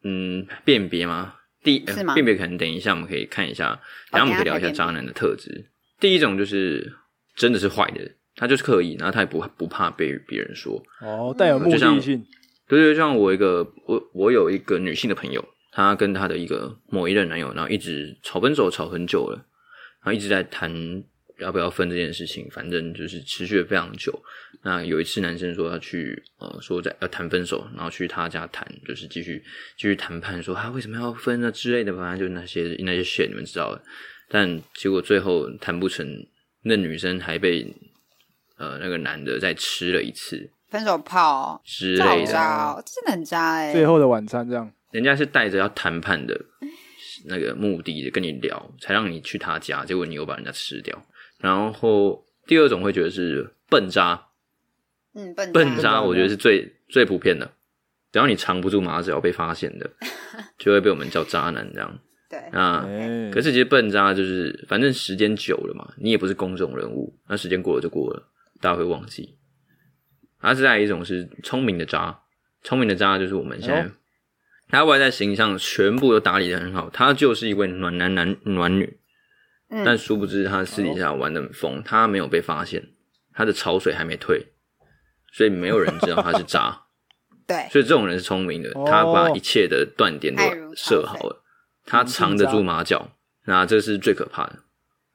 嗯，辨别吗？第、呃是吗辨别可能等一下我们可以看一下，好然后我们可以等聊一一下下再渣男的特质。第一种就是真的是坏的，他就是刻意，然后他也不不怕被别人说。哦，带有目就像的性，对对，就像我一个我我有一个女性的朋友，她跟她的一个某一任男友，然后一直吵分手吵很久了，然后一直在谈要不要分这件事情，反正就是持续了非常久。那有一次男生说要去呃说在要谈分手，然后去他家谈，就是继续继续谈判说啊为什么要分啊之类的，反正就那些那些 shit 你们知道的。但结果最后谈不成，那女生还被呃那个男的再吃了一次分手炮、哦，之这好类的。渣哦，这真的很渣嗯哎、最后的晚餐这样。人家是带着要谈判的那个目的的跟你聊，才让你去他家，结果你又把人家吃掉，然后第二种会觉得是笨渣，嗯，笨笨渣渣我觉得是最最普遍的，只要你藏不住马只要被发现的，就会被我们叫渣男这样。对，那哎，啊可是其实笨渣就是，反正时间久了嘛，你也不是公众人物，那时间过了就过了，大家会忘记。然后再来一种是聪明的渣，聪明的渣就是我们现在，哎呦他外在形象全部都打理的很好，他就是一位暖男男暖女，但嗯，殊不知他私底下玩的很疯，他没有被发现，他的潮水还没退，所以没有人知道他是渣。对，所以这种人是聪明的哦，他把一切的断点都爱如潮设好了，他藏得住马脚，那这是最可怕的。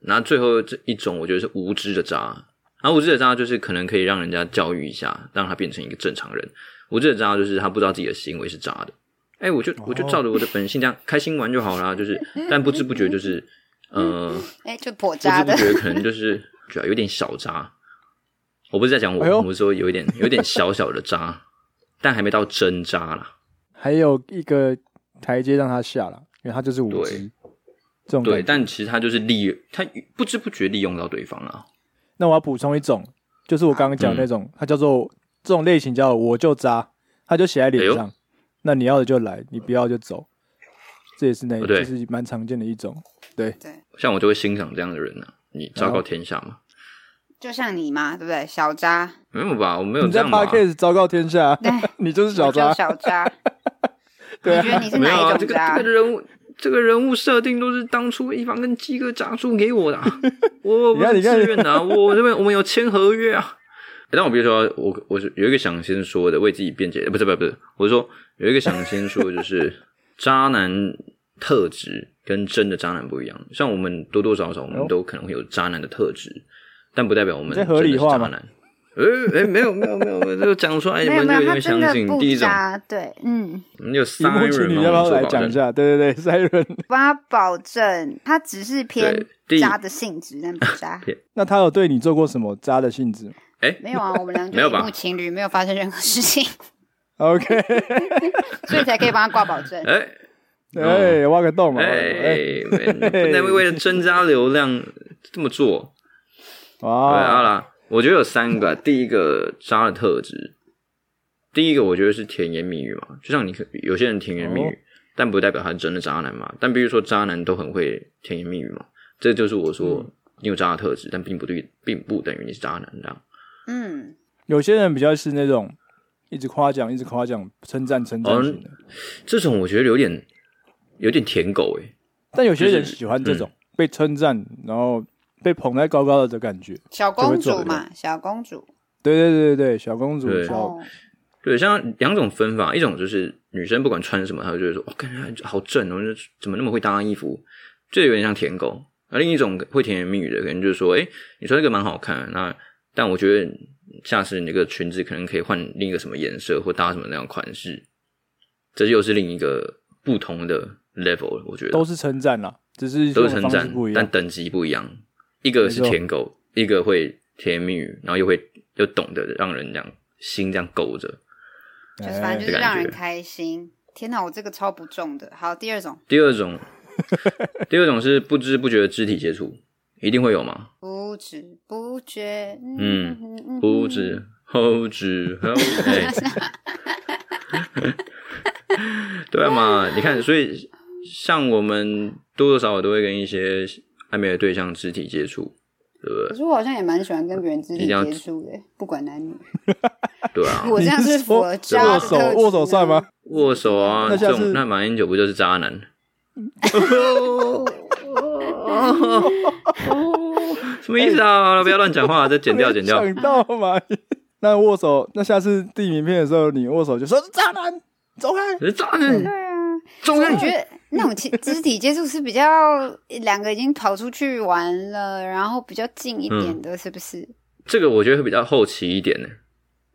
那最后这一种，我觉得是无知的渣。然后无知的渣就是可能可以让人家教育一下，让他变成一个正常人。无知的渣就是他不知道自己的行为是渣的。哎、我就我就照着我的本性这样开心玩就好啦，就是但不知不觉就是呃，哎，就破不渣知不的，觉可能就是主要有点小渣。我不是在讲我，哎呦我是说有一点有一点小小的渣，但还没到真渣啦。还有一个台阶让他下了，因为他就是无知。这种对，感觉但其实他就是利，他不知不觉利用到对方啊了。那我要补充一种，就是我刚刚讲的那种，嗯它叫做这种类型叫我就渣，他就写在脸哎上。那你要的就来，你不要就走。这也是那，哦对就是蛮常见的一种。对，对，像我就会欣赏这样的人呢、你昭告天下嘛？就像你嘛，对不对？小渣，没有吧？我没有你这在样嘛？ podcast 昭告天下对， 你哎就是小我就渣。小 渣。对啊你觉得你是没有哪啊，这一种个渣这个？人物，这个人物设定都是当初一方跟鸡哥炸出给我的 啊、我我你不看是你看自愿的、啊，我这边我们有签合约啊。欸但我比如说，我我是有一个想先说的，为自己辩解，欸不是不是不是，我是说有一个想先说的就是渣男特质跟真的渣男不一样。像我们多多少少我哎哦呦们都可能会有渣男的特质，但不代表我们你在合真的理是化渣吗男。哎哎、没有没有没有，我就讲出来你没有们没就哎有有，点他真相的信。不第一种，渣，对，嗯，我们有荧幕情 Siren 侣嘛，要不我们要做来保讲证一下？对对对，Siren。 我帮他保证，他只是偏对第一渣的性质，但不渣。 那他有对你做过什么渣的性质吗哎，没有啊，我们两个没就有是吧一幕情侣，没有发生任何事情， ？OK，所以才可以帮他挂保证。哎 哎，挖个洞嘛。挖个洞哎哎，不能为了增加流量这么 做。对哇，哦啊啦，我觉得有三个，啊第一个渣的特质，第一个我觉得是甜言蜜语嘛，就像你可有些人甜言蜜哦语，但不代表他是真的渣男嘛。但比如说渣男都很会甜言蜜语嘛，这就是我说嗯你有渣的特质，但并不对，并不等于你是渣男这样。嗯，有些人比较是那种一直夸奖、一直夸奖、称赞、称哦赞型的，这种我觉得有点有点舔狗欸诶、但有些就是嗯人喜欢这种被称赞，然后被捧在高高的的感觉。小公主就会做嘛，小公主。对对对对对，小公主对小哦，对，像两种分法，一种就是女生不管穿什么，她就觉得说，哦，感觉好正哦，就是怎么那么会搭衣服，这有点像舔狗。而另一种会甜言蜜语的，可能就是说，哎，你穿这个蛮好看的，那但我觉得下次你那个裙子可能可以换另一个什么颜色，或搭什么那样款式，这又是另一个不同的 level 了。我觉得都是称赞啦，只是都用是称的方式赞不一，但样。等级不一样，一个是没错舔狗，一个会甜言蜜语，然后又会又懂得让人这样心这样勾着。哎就是反哎这正就是个让感人觉开心。天哪，我这个超不重的。好，第二种第二 种，第二种是不知不觉的肢体接触，一定会有嘛？不知不觉，嗯嗯嗯不知后知后 哎，对啊嘛？你看，所以像我们多多少少都会跟一些暧昧的对象肢体接触，对不可对？是我好像也蛮喜欢跟别人肢体一定要接触的，不管男女。对 啊，我这样 是符合你渣握的手特质握手算吗？握手啊，那下这次种那马英九不就是渣 男？什么意思啊？不要乱讲话，再剪掉，剪掉。想到吗？那握手，那下次递名片的时候，你握手就说渣男，走开。你是渣男， 对啊，中我男觉得那种其肢体接触是比较两个已经跑出去玩了，然后比较近一点嗯的，是不是？这个我觉得会比较后期一点呢，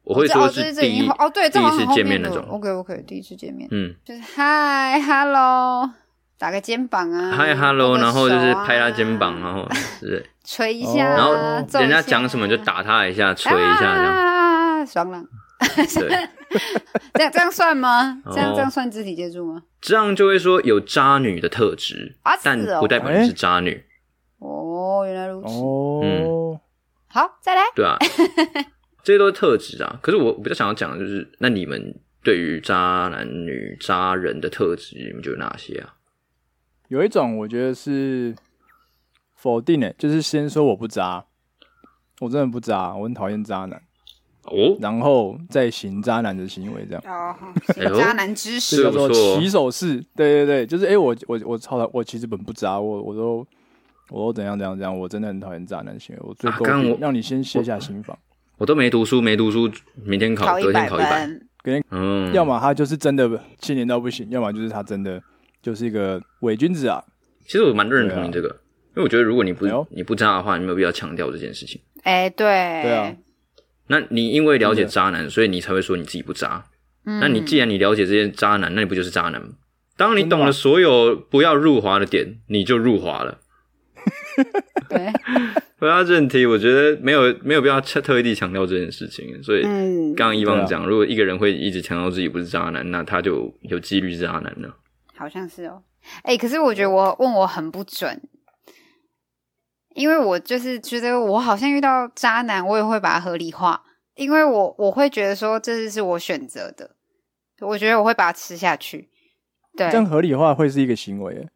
我会这说哦这是这已第经一后哦，对，这第好一次像很后见面面那的种， OK OK，第一次见面嗯，就是嗨，hello，打个肩膀啊，嗨 hello，握个然后就是拍他手啊肩膀，然后 是，捶一下，然啊后揍人家一下讲什么就打他一下，捶一下这样，啊，爽朗，对，这样这样算吗？这样哦这样算肢体接触吗？这样就会说有渣女的特质啊是哦，但不代表你是渣女，哦，原嗯来如此。哦，好，再来。对 啊，这些都是特质啊。可是我比较想要讲的就是，那你们对于渣男女、渣人的特质，你们觉得哪些啊？有一种我觉得是否定诶、就是先说我不渣，我真的不渣，我很讨厌渣男，哦，然后再行渣男的行为，这样哦，好哎呦渣男知识这这个叫不错做哦起手式。对对对，就是诶、我我我操了，我其实本不渣，我我都我都怎样怎样怎样，我真的很讨厌渣男行为，我最啊够刚我让你先卸下心防。我都没读书，没读书，明天考，考隔一天百考一百。分，嗯，要么他就是真的清廉到不行，要么就是他真的就是一个伪君子啊。其实我蛮认同对啊你这个，因为我觉得如果你不、哎呦你不渣的话，你没有必要强调这件事情。哎，对，对啊，那你因为了解真的渣男，所以你才会说你自己不渣。嗯那你既然你了解这些渣男，那你不就是渣男吗？当你真的懂啊了吗所有不要入华的点，你就入华了。对，回答正题，我觉得没有没有必要特特地强调这件事情。所以刚 嗯，刚以对往啊讲，如果一个人会一直强调自己不是渣男，那他就有几率是渣男了。好像是哦。哎、可是我觉得我问我很不准，因为我就是觉得我好像遇到渣男，我也会把它合理化，因为我我会觉得说这是我选择的，我觉得我会把它吃下去。对这，样合理化会是一个行为、欸，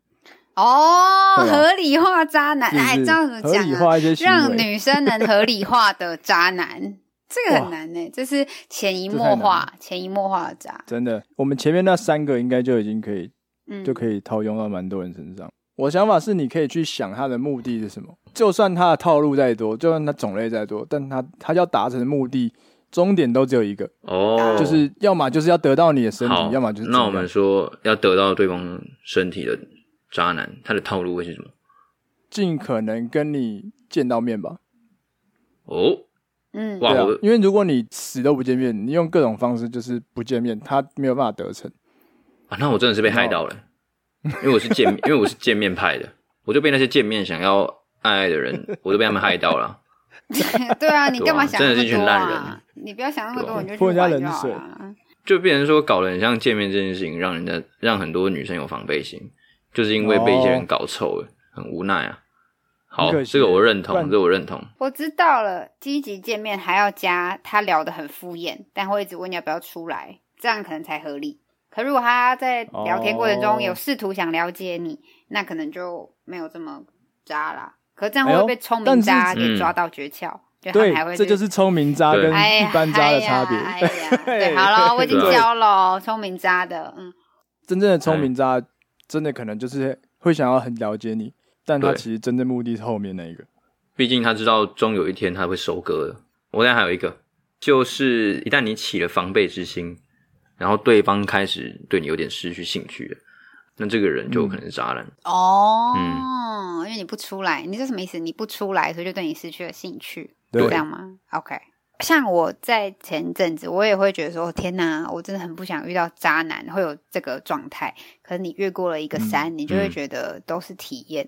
哦，对吧啊合理化渣男，是不哎，是知道怎么合讲理啊？化一些行让为，女生能合理化的渣男，这个很哇难呢、这是潜移这默太难化、潜移默化的渣。真的，我们前面那三个应该就已经可以嗯，就可以套用到蛮多人身上。我想法是，你可以去想他的目的是什么。就算他的套路再多，就算他种类再多，但他他要达成的目的，终点都只有一个，哦，就是要么就是要得到你的身体好，，要么就是怎那样我们说要得到对方身体的渣男，他的套路会是什么？尽可能跟你见到面吧。哦，嗯，哇对啊我，因为如果你死都不见面，你用各种方式就是不见面，他没有办法得逞。啊，那我真的是被害到了，因为我是 见，因为我是见面派的，我就被那些见面想要爱爱的 人，我都被他们害到了。 对啊，你对干嘛啊想真那的么是一群多烂啊？你不要想那么对啊多，你就去泼人家玩就冷好水了。啊就变成说搞得很像见面这件事情，让人家让很多女生有防备心，就是因为被一些人搞臭了，很无奈啊。好哦很，可惜这个我认不同，然这个我认同。我知道了，积极见面还要加他聊得很敷衍，但会一直问你要不要出来，这样可能才合理。可如果他在聊天过程哦中有试图想了解你，那可能就没有这么渣啦。可这样哎会呦不会被聪但明是渣给嗯抓到诀窍，就他对们还会，这就是聪明渣跟对哎一呀般渣的差别。哎呀，哎 呀对，好了，我已经对教了聪明渣的，嗯，真正的聪明渣，真的可能就是会想要很了解你，但他对其实真正目的是后面那一个。毕竟他知道终有一天他会收割的。我现在还有一个，就是一旦你起了防备之心，然后对方开始对你有点失去兴趣了，那这个人就有可能是渣男。哦，因为你不出来，你这什么意思？你不出来，所以就对你失去了兴趣，对是这样吗？OK，像我在前阵子，我也会觉得说，天哪，我真的很不想遇到渣男，会有这个状态。可是你越过了一个山，你就会嗯觉得都是体验，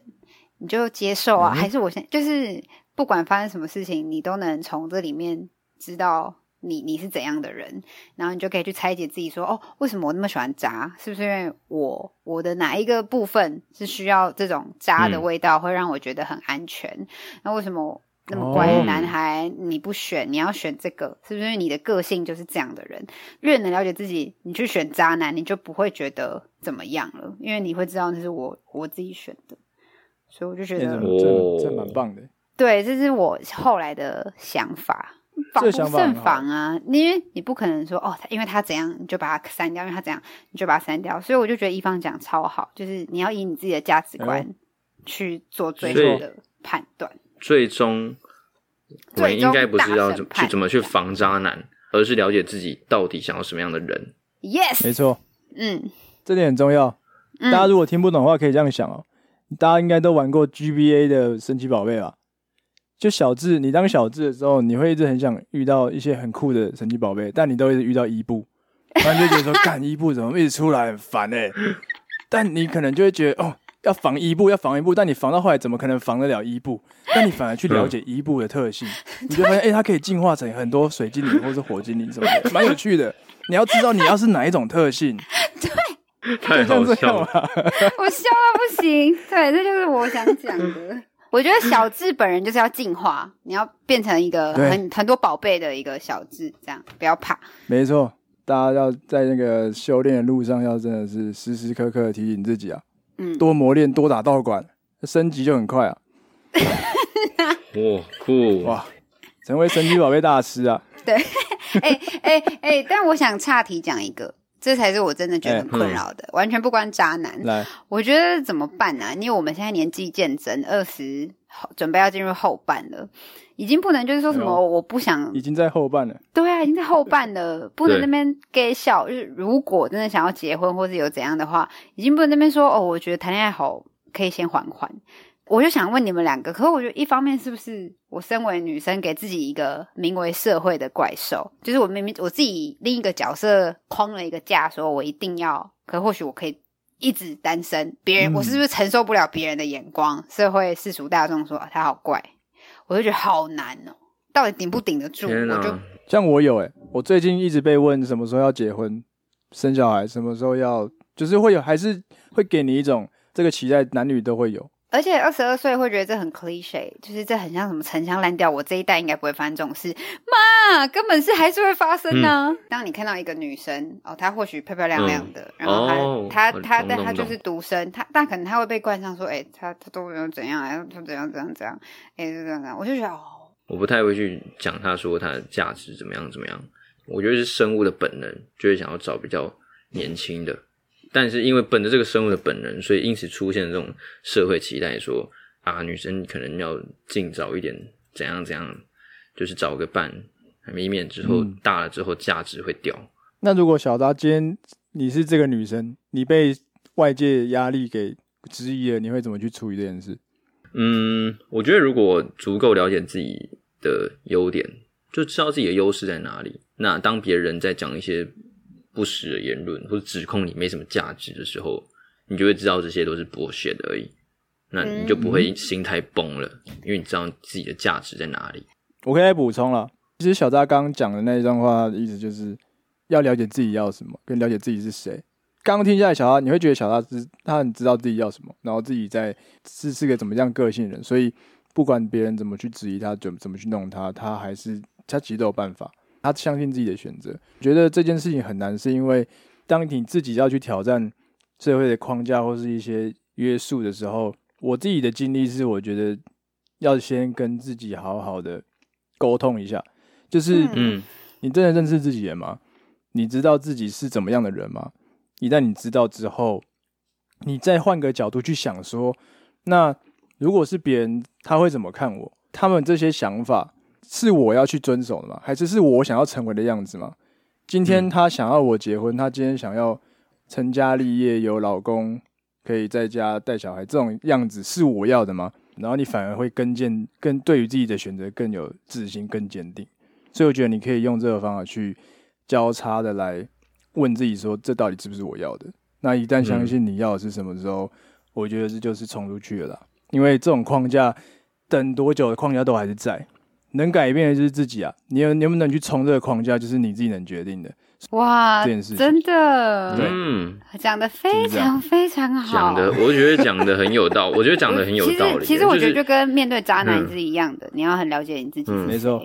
你就接受啊。嗯还是我现就是不管发生什么事情，你都能从这里面知道你你是怎样的人。然后你就可以去拆解自己说，哦，为什么我那么喜欢渣？是不是因为我我的哪一个部分是需要这种渣的嗯味道，会让我觉得很安全？那为什么那么哦乖的男孩、你不选，你要选这个？是不是因为你的个性就是这样的人？越能了解自己，你去选渣男，你就不会觉得怎么样了，因为你会知道那是我我自己选的。所以我就觉哎得这，我哦这这蛮棒的。对，这是我后来的想法，防不这个想法胜很好防啊！因为你不可能说哦，他因为他怎样你就把他删掉，因为他怎样你就把他删掉。所以我就觉得一方讲超好，就是你要以你自己的价值哎观去做最所以后的判断。最终，我们最应终该不是要怎大审判去怎么去防渣男，而是了解自己到底想要什么样的 人。 Yes，没错，嗯这点很重要。大家嗯，如果听不懂的话，可以这样想哦。大家应该都玩过 GBA 的神奇宝贝吧？就小智，你当小智的时候，你会一直很想遇到一些很酷的神奇宝贝，但你都一直遇到伊布，然后你就觉得说，干伊布怎么一直出来，很烦哎、但你可能就会觉得，哦，要防伊布，要防伊布，但你防到后来，怎么可能防得了伊布？但你反而去了解伊布的特性，你就发现，哎、它可以进化成很多水精灵或是火精灵什么的，蛮有趣的。你要知道你要是哪一种特性，太像好这笑样了，吧。我笑到不行。对，这就是我想讲的。我觉得小智本人就是要进化，你要变成一个对很很多宝贝的一个小智，这样不要怕。没错，大家要在那个修炼的路上，要真的是时时刻刻地提醒自己啊，嗯，多磨练，多打道馆，升级就很快啊！哇酷哇，成为神奇宝贝大师啊！哎哎哎，但我想岔题讲一个，这才是我真的哎觉得很嗯困扰的，完全不关渣男。来，我觉得怎么办呢、啊？因为我们现在年纪渐增，二十准备要进入后半了，已经不能就是说什哎么呦我不想已经在后半了，对啊，已经在后半了，不能对那边 gay 笑。就是如果真的想要结婚或是有怎样的话，已经不能那边说哦，我觉得谈恋爱好，可以先缓缓。我就想问你们两个，可是我觉得一方面是不是我身为女生给自己一个名为社会的怪兽，就是我明明我自己另一个角色框了一个架，说我一定要，可或许我可以一直单身，别人、嗯我是不是承受不了别人的眼光？社会世俗大众说、啊他好怪，我就觉得好难哦，到底顶不顶得住？天啊我就哪，像我有哎、我最近一直被问什么时候要结婚、生小孩，什么时候要，就是会有，还是会给你一种这个期待，男女都会有。而且二十二岁会觉得这很 cliche，就是这很像什么陈腔滥调。我这一代应该不会发生这种事，妈，根本是还是会发生呢、嗯当你看到一个女生哦，她或许漂漂亮亮的，然后她、哦她我她懂但懂她就懂是独生，她但可能她会被冠上说，哎、她她都没有怎样，哎，她怎样怎样怎样，哎、就这样这样，我就觉得哦，我不太会去讲他说他的价值怎么样怎么样，我觉得是生物的本能，就会想要找比较年轻的，但是因为本着这个生物的本能，所以因此出现这种社会期待说啊，女生可能要尽早一点，怎样怎样，就是找个伴，以免之后、嗯大了之后价值会掉。那如果小达今天你是这个女生，你被外界压力给质疑了，你会怎么去处理这件事？嗯，我觉得如果足够了解自己的优点，就知道自己的优势在哪里，那当别人在讲一些不实的言论或者指控你没什么价值的时候，你就会知道这些都是 bullshit 而已。那你就不嗯会心态崩了，因为你知道自己的价值在哪里。我可以再补充了。其实小扎刚刚讲的那一段话，意思就是要了解自己要什么，跟了解自己是谁。刚刚听下来，小扎你会觉得小扎知他很知道自己要什么，然后自己在是是个怎么样个性的人，所以不管别人怎么去质疑他，怎怎么去弄他，他还是他其实都有办法。他相信自己的选择。觉得这件事情很难，是因为当你自己要去挑战社会的框架或是一些约束的时候，我自己的经历是，我觉得要先跟自己好好的沟通一下，就是嗯嗯，你真的认识自己了吗？你知道自己是怎么样的人吗？一旦你知道之后，你再换个角度去想说，那如果是别人，他会怎么看我？他们这些想法是我要去遵守的吗？还是是我想要成为的样子吗？今天嗯他想要我结婚，他今天想要成家立业，有老公，可以在家带小孩，这种样子是我要的吗？然后你反而会更坚，更对于自己的选择更有自信，更坚定。所以我觉得你可以用这个方法去交叉的来问自己说，这到底是不是我要的？那一旦相信你要的是什么之后，我觉得这就是冲出去了啦。因为这种框架，等多久的框架都还是在，能改变的就是自己啊。你有能不能去冲这个框架，就是你自己能决定的。哇，这件事情真的对嗯，讲的非就是这样常非常讲好。的，我觉得讲的很有道，我觉得讲的很有其实道理。啊其实我觉得就就是跟面对渣男嗯是一样的，你要很了解你自己是谁。嗯没错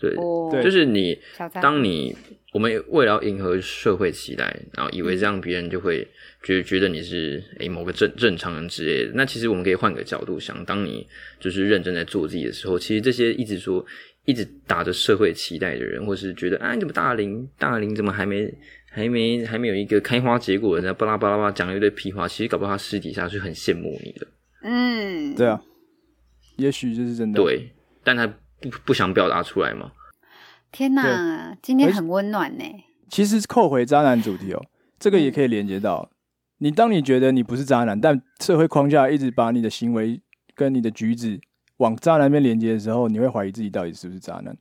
对，哦，对就是你小渣当你我们为了要迎合社会期待，然后以为这样别人就会觉觉得你是诶、某个正正常人之类的。那其实我们可以换个角度想，当你就是认真在做自己的时候，其实这些一直说一直打着社会期待的人，或是觉得啊你怎么大龄大龄怎么还没还没还没有一个开花结果，然后巴拉巴拉巴拉讲了一堆屁话，其实搞不好他私底下是很羡慕你的，嗯，对啊，也许就是真的。，对，但他不不想表达出来嘛。天哪，今天很温暖呢。其实扣回渣男主题哦，这个也可以连接到你。当你觉得你不是渣男，但社会框架一直把你的行为跟你的举止往渣男那边连接的时候，你会怀疑自己到底是不是渣男。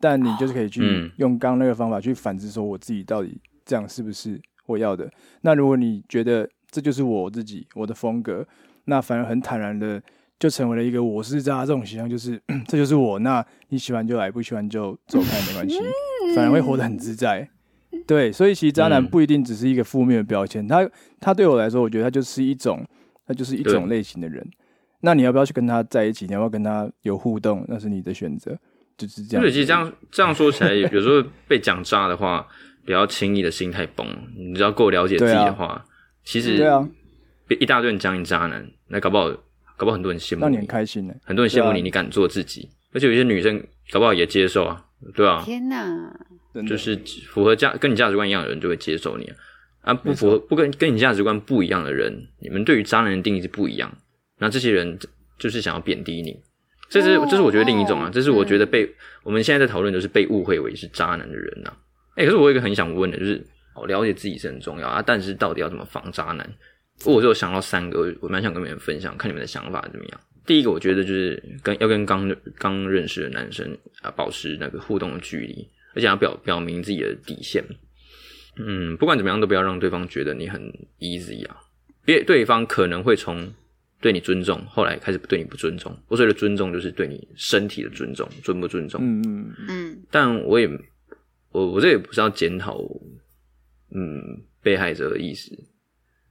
但你就是可以去嗯用刚刚那个方法去反思，说我自己到底这样是不是我要的？那如果你觉得这就是我自己我的风格，那反而很坦然的就成为了一个我是渣这种形象，就是 这就是我。那你喜欢就来，不喜欢就走开，没关系，反而会活得很自在。对，所以其实渣男嗯不一定只是一个负面的标签，他他对我来说，我觉得他就是一种，他就是一种对类型的人。那你要不要去跟他在一起？你要不要跟他有互动？那是你的选择，就是这样。对，其实这样这样说起来，有时候被讲炸的话，不要轻易的心态崩。你只要够了解自己的话，其实对啊，别一大堆人讲你渣男，那搞不好搞不好很多人羡慕让你你，很开心呢、很多人羡慕对你，啊你敢做自己，而且有些女生搞不好也接受啊，对啊，天哪，真的就是符合价跟你价值观一样的人就会接受你啊，啊不符合不跟跟你价值观不一样的人，你们对于渣男的定义是不一样，那这些人就是想要贬低你，这是哦这是我觉得另一种啊哦，这是我觉得嗯被、我们现在在讨论就是被误会为是渣男的人呐、啊，哎、可是我有一个很想问的，就是哦了解自己是很重要啊，但是到底要怎么防渣男？我就有想到三个，我我蛮想跟别人分享，看你们的想法怎么样。第一个，我觉得就是跟要跟刚刚认识的男生啊，保持那个互动的距离，而且要表表明自己的底线。嗯，不管怎么样，都不要让对方觉得你很 easy 啊，别对方可能会从对你尊重，后来开始对你不尊重。我所谓的尊重，就是对你身体的尊重，尊不尊重？嗯嗯，嗯嗯，但我也我我这也不是要检讨，嗯，被害者的意思。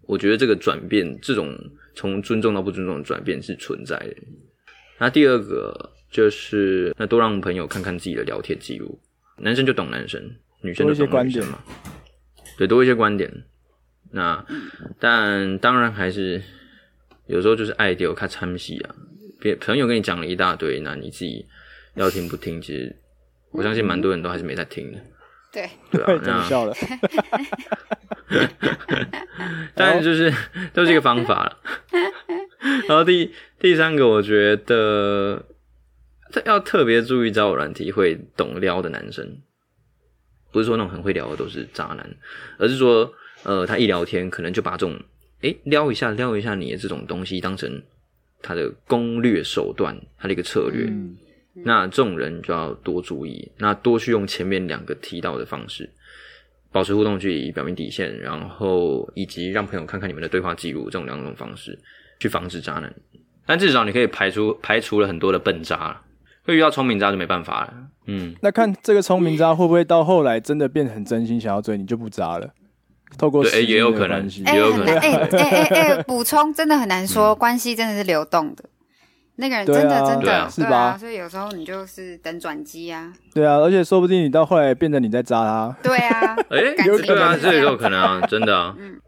我觉得这个转变，这种从尊重到不尊重的转变是存在的。那第二个就是，那多让朋友看看自己的聊天记录，男生就懂男生，女生就懂女生嘛，对，多一些观点。那但当然还是有时候就是爱丢看参戏啊，别朋友跟你讲了一大堆，那你自己要听不听，其实我相信蛮多人都还是没在听的，对，对对，啊，怎么那笑了？当然就是 都是一个方法了。 然后第第三个，我觉得这要特别注意交友软体会懂撩的男生，不是说那种很会聊的都是渣男，而是说呃，他一聊天可能就把这种诶撩一下撩一下你的这种东西当成他的攻略手段，他的一个策略。嗯那这种人就要多注意，那多去用前面两个提到的方式，保持互动距离，表明底线，然后以及让朋友看看你们的对话记录，这种两种方式去防止渣男。但至少你可以排除排除了很多的笨渣了，会遇到聪明渣就没办法了。嗯，那看这个聪明渣会不会到后来真的变得很真心想要追你，就不渣了？透过对哎时间也有的可能关系也哎，有可很能 难，哎哎哎哎，补充真的很难说，关系真的是流动的。那个人真对啊的真对的啊是对吧啊，所以有时候你就是等转机啊，对啊，而且说不定你到后来变成你在渣他。对 啊，哎、感有情对啊，就是这这也有样。可能啊，真的啊，嗯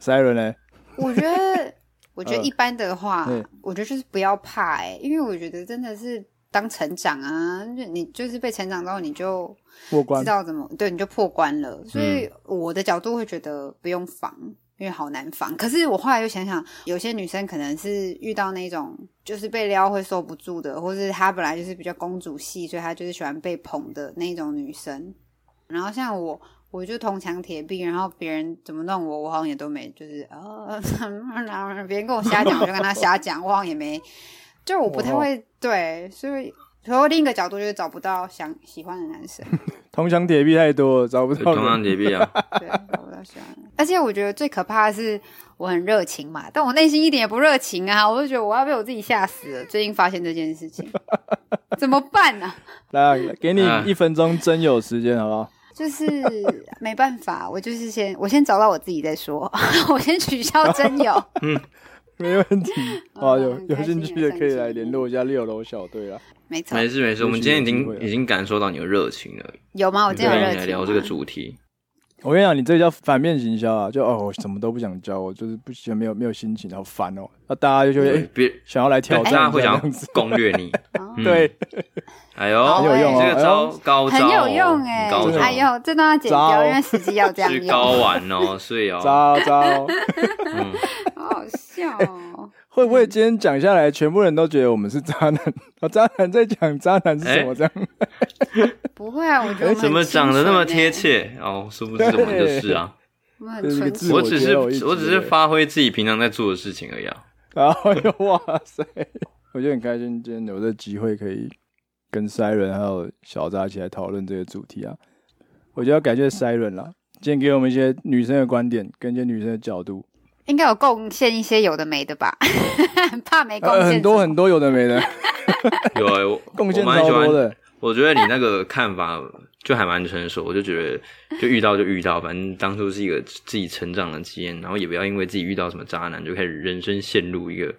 Siren 呢？我觉得，我觉得嗯一般的话，嗯我觉得就是不要怕哎、因为我觉得真的是当成长啊，就你就是被成长到你就过关知道怎么对，你就破关了。所以我的角度会觉得不用防，因为好难防。可是我后来又想想，有些女生可能是遇到那种就是被撩会受不住的，或是她本来就是比较公主系，所以她就是喜欢被捧的那种女生。然后像我。我就铜墙铁壁，然后别人怎么弄我，我好像也都没，就是呃，别人跟我瞎讲，我就跟他瞎讲，我好像也没，就我不太会对，所以，然后另一个角度就是找不到想喜欢的男生。铜墙铁壁太多了，找不对到同样人。洁癖 啊，对，我倒喜欢。 而且我觉得最可怕的是，我很热情嘛，但我内心一点也不热情啊！我就觉得我要被我自己吓死了。最近发现这件 事情，怎么办呢、来，给你啊一分钟真有时间，好 不好？就是没办法，我就是先我先找到我自己再说， 我先取消 真友。没问题。哦啊，有很有开兴心趣的很可以开来心联络一下六楼小队啊。没错，没事没事，我们今天已有机经会啊已经感受到你的热情了，有吗？我所今以天哦你有热情来吗聊这个主题，我跟你讲，你这叫反面行销啊！就哦，我什么都不想教，我就是不喜欢，没有没有心情，好烦哦。那大家就觉得、对诶别想要来挑对战大一下家会想这样要子，攻略你，哦嗯对，哎呦，很有用哦这个招高招很哦，有用哎、高招，哦哎呦，这段要剪糟掉，因为实际要这样是用，高好玩 哦，睡哦，渣渣哦。嗯，好笑 哦。会不会今天讲下来，全部人都觉得我们是渣男？啊，渣男在讲渣男是什哎么这样？不会啊，我觉得我们很怎么长得那么清纯贴欸？切哦？殊不知我们就是啊，我们这很是个纯自粹我我只揭是露一集我只是发挥自己平常在做的事情而已啊。然后又哇塞，我就很开心，今天有这个机会可以跟 Siren 还有小渣一起来讨论这个主题啊。我就要感谢 Siren 啦，今天给我们一些女生的观点，跟一些女生的角度，应该有贡献一些有的没的吧， 怕没贡呃，献、很多很多有的没的， 有啊，我贡献我蛮超喜多欢，的。我觉得你那个看法就还蛮成熟，我就觉得就遇到就遇到，反正当初是一个自己成长的经验，然后也不要因为自己遇到什么渣男就开始人生陷入一个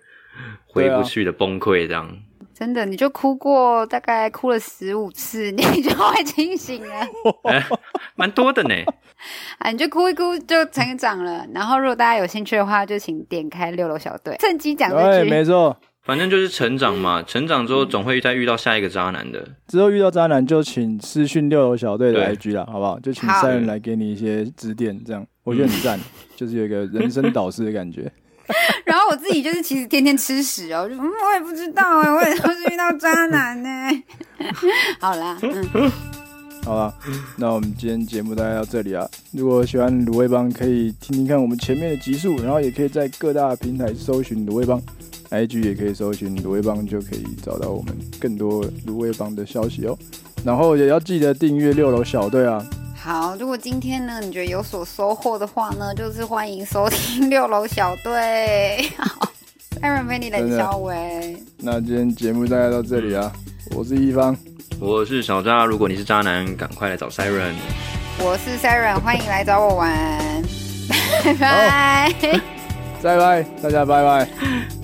回对啊不去的崩溃这样。真的，你就哭过，大概哭了十五次，你就会清醒了。 哎蛮多的呢。啊，你就哭一哭就成长了。然后，如果大家有兴趣的话，就请点开六楼小队，趁机讲这对，句。哎没错。反正就是成长嘛，成长之后总会再遇到下一个渣男的。之后遇到渣男就请私讯六楼小队的对 IG 啦，好不好？就请好 Siren 来给你一些指点，这样我觉得 很赞，就是有一个人生导师的感觉。 然后我自己就是其实天天吃屎哦，就嗯，我也不知道哎，我也都是遇到渣男呢。 好啦，嗯，好了，那我们今天节目大概到这里啊。如果喜欢卤味帮，可以听听看我们前面的集数，然后也可以在各大平台搜寻卤味帮，IG 也可以搜寻卤味帮，就可以找到我们更多卤味帮的消息哦。然后也要记得订阅六楼小队啊，好。如果今天呢，你觉得有所收获的话呢，就是欢迎收听六楼小队。好，Aaron 陪你冷小伟，那今天节目大概到这里啊，我是一方，我是小渣，如果你是渣男，赶快来找 Siren。我是 Siren，欢迎来找 我玩，拜拜。拜拜，大家拜拜。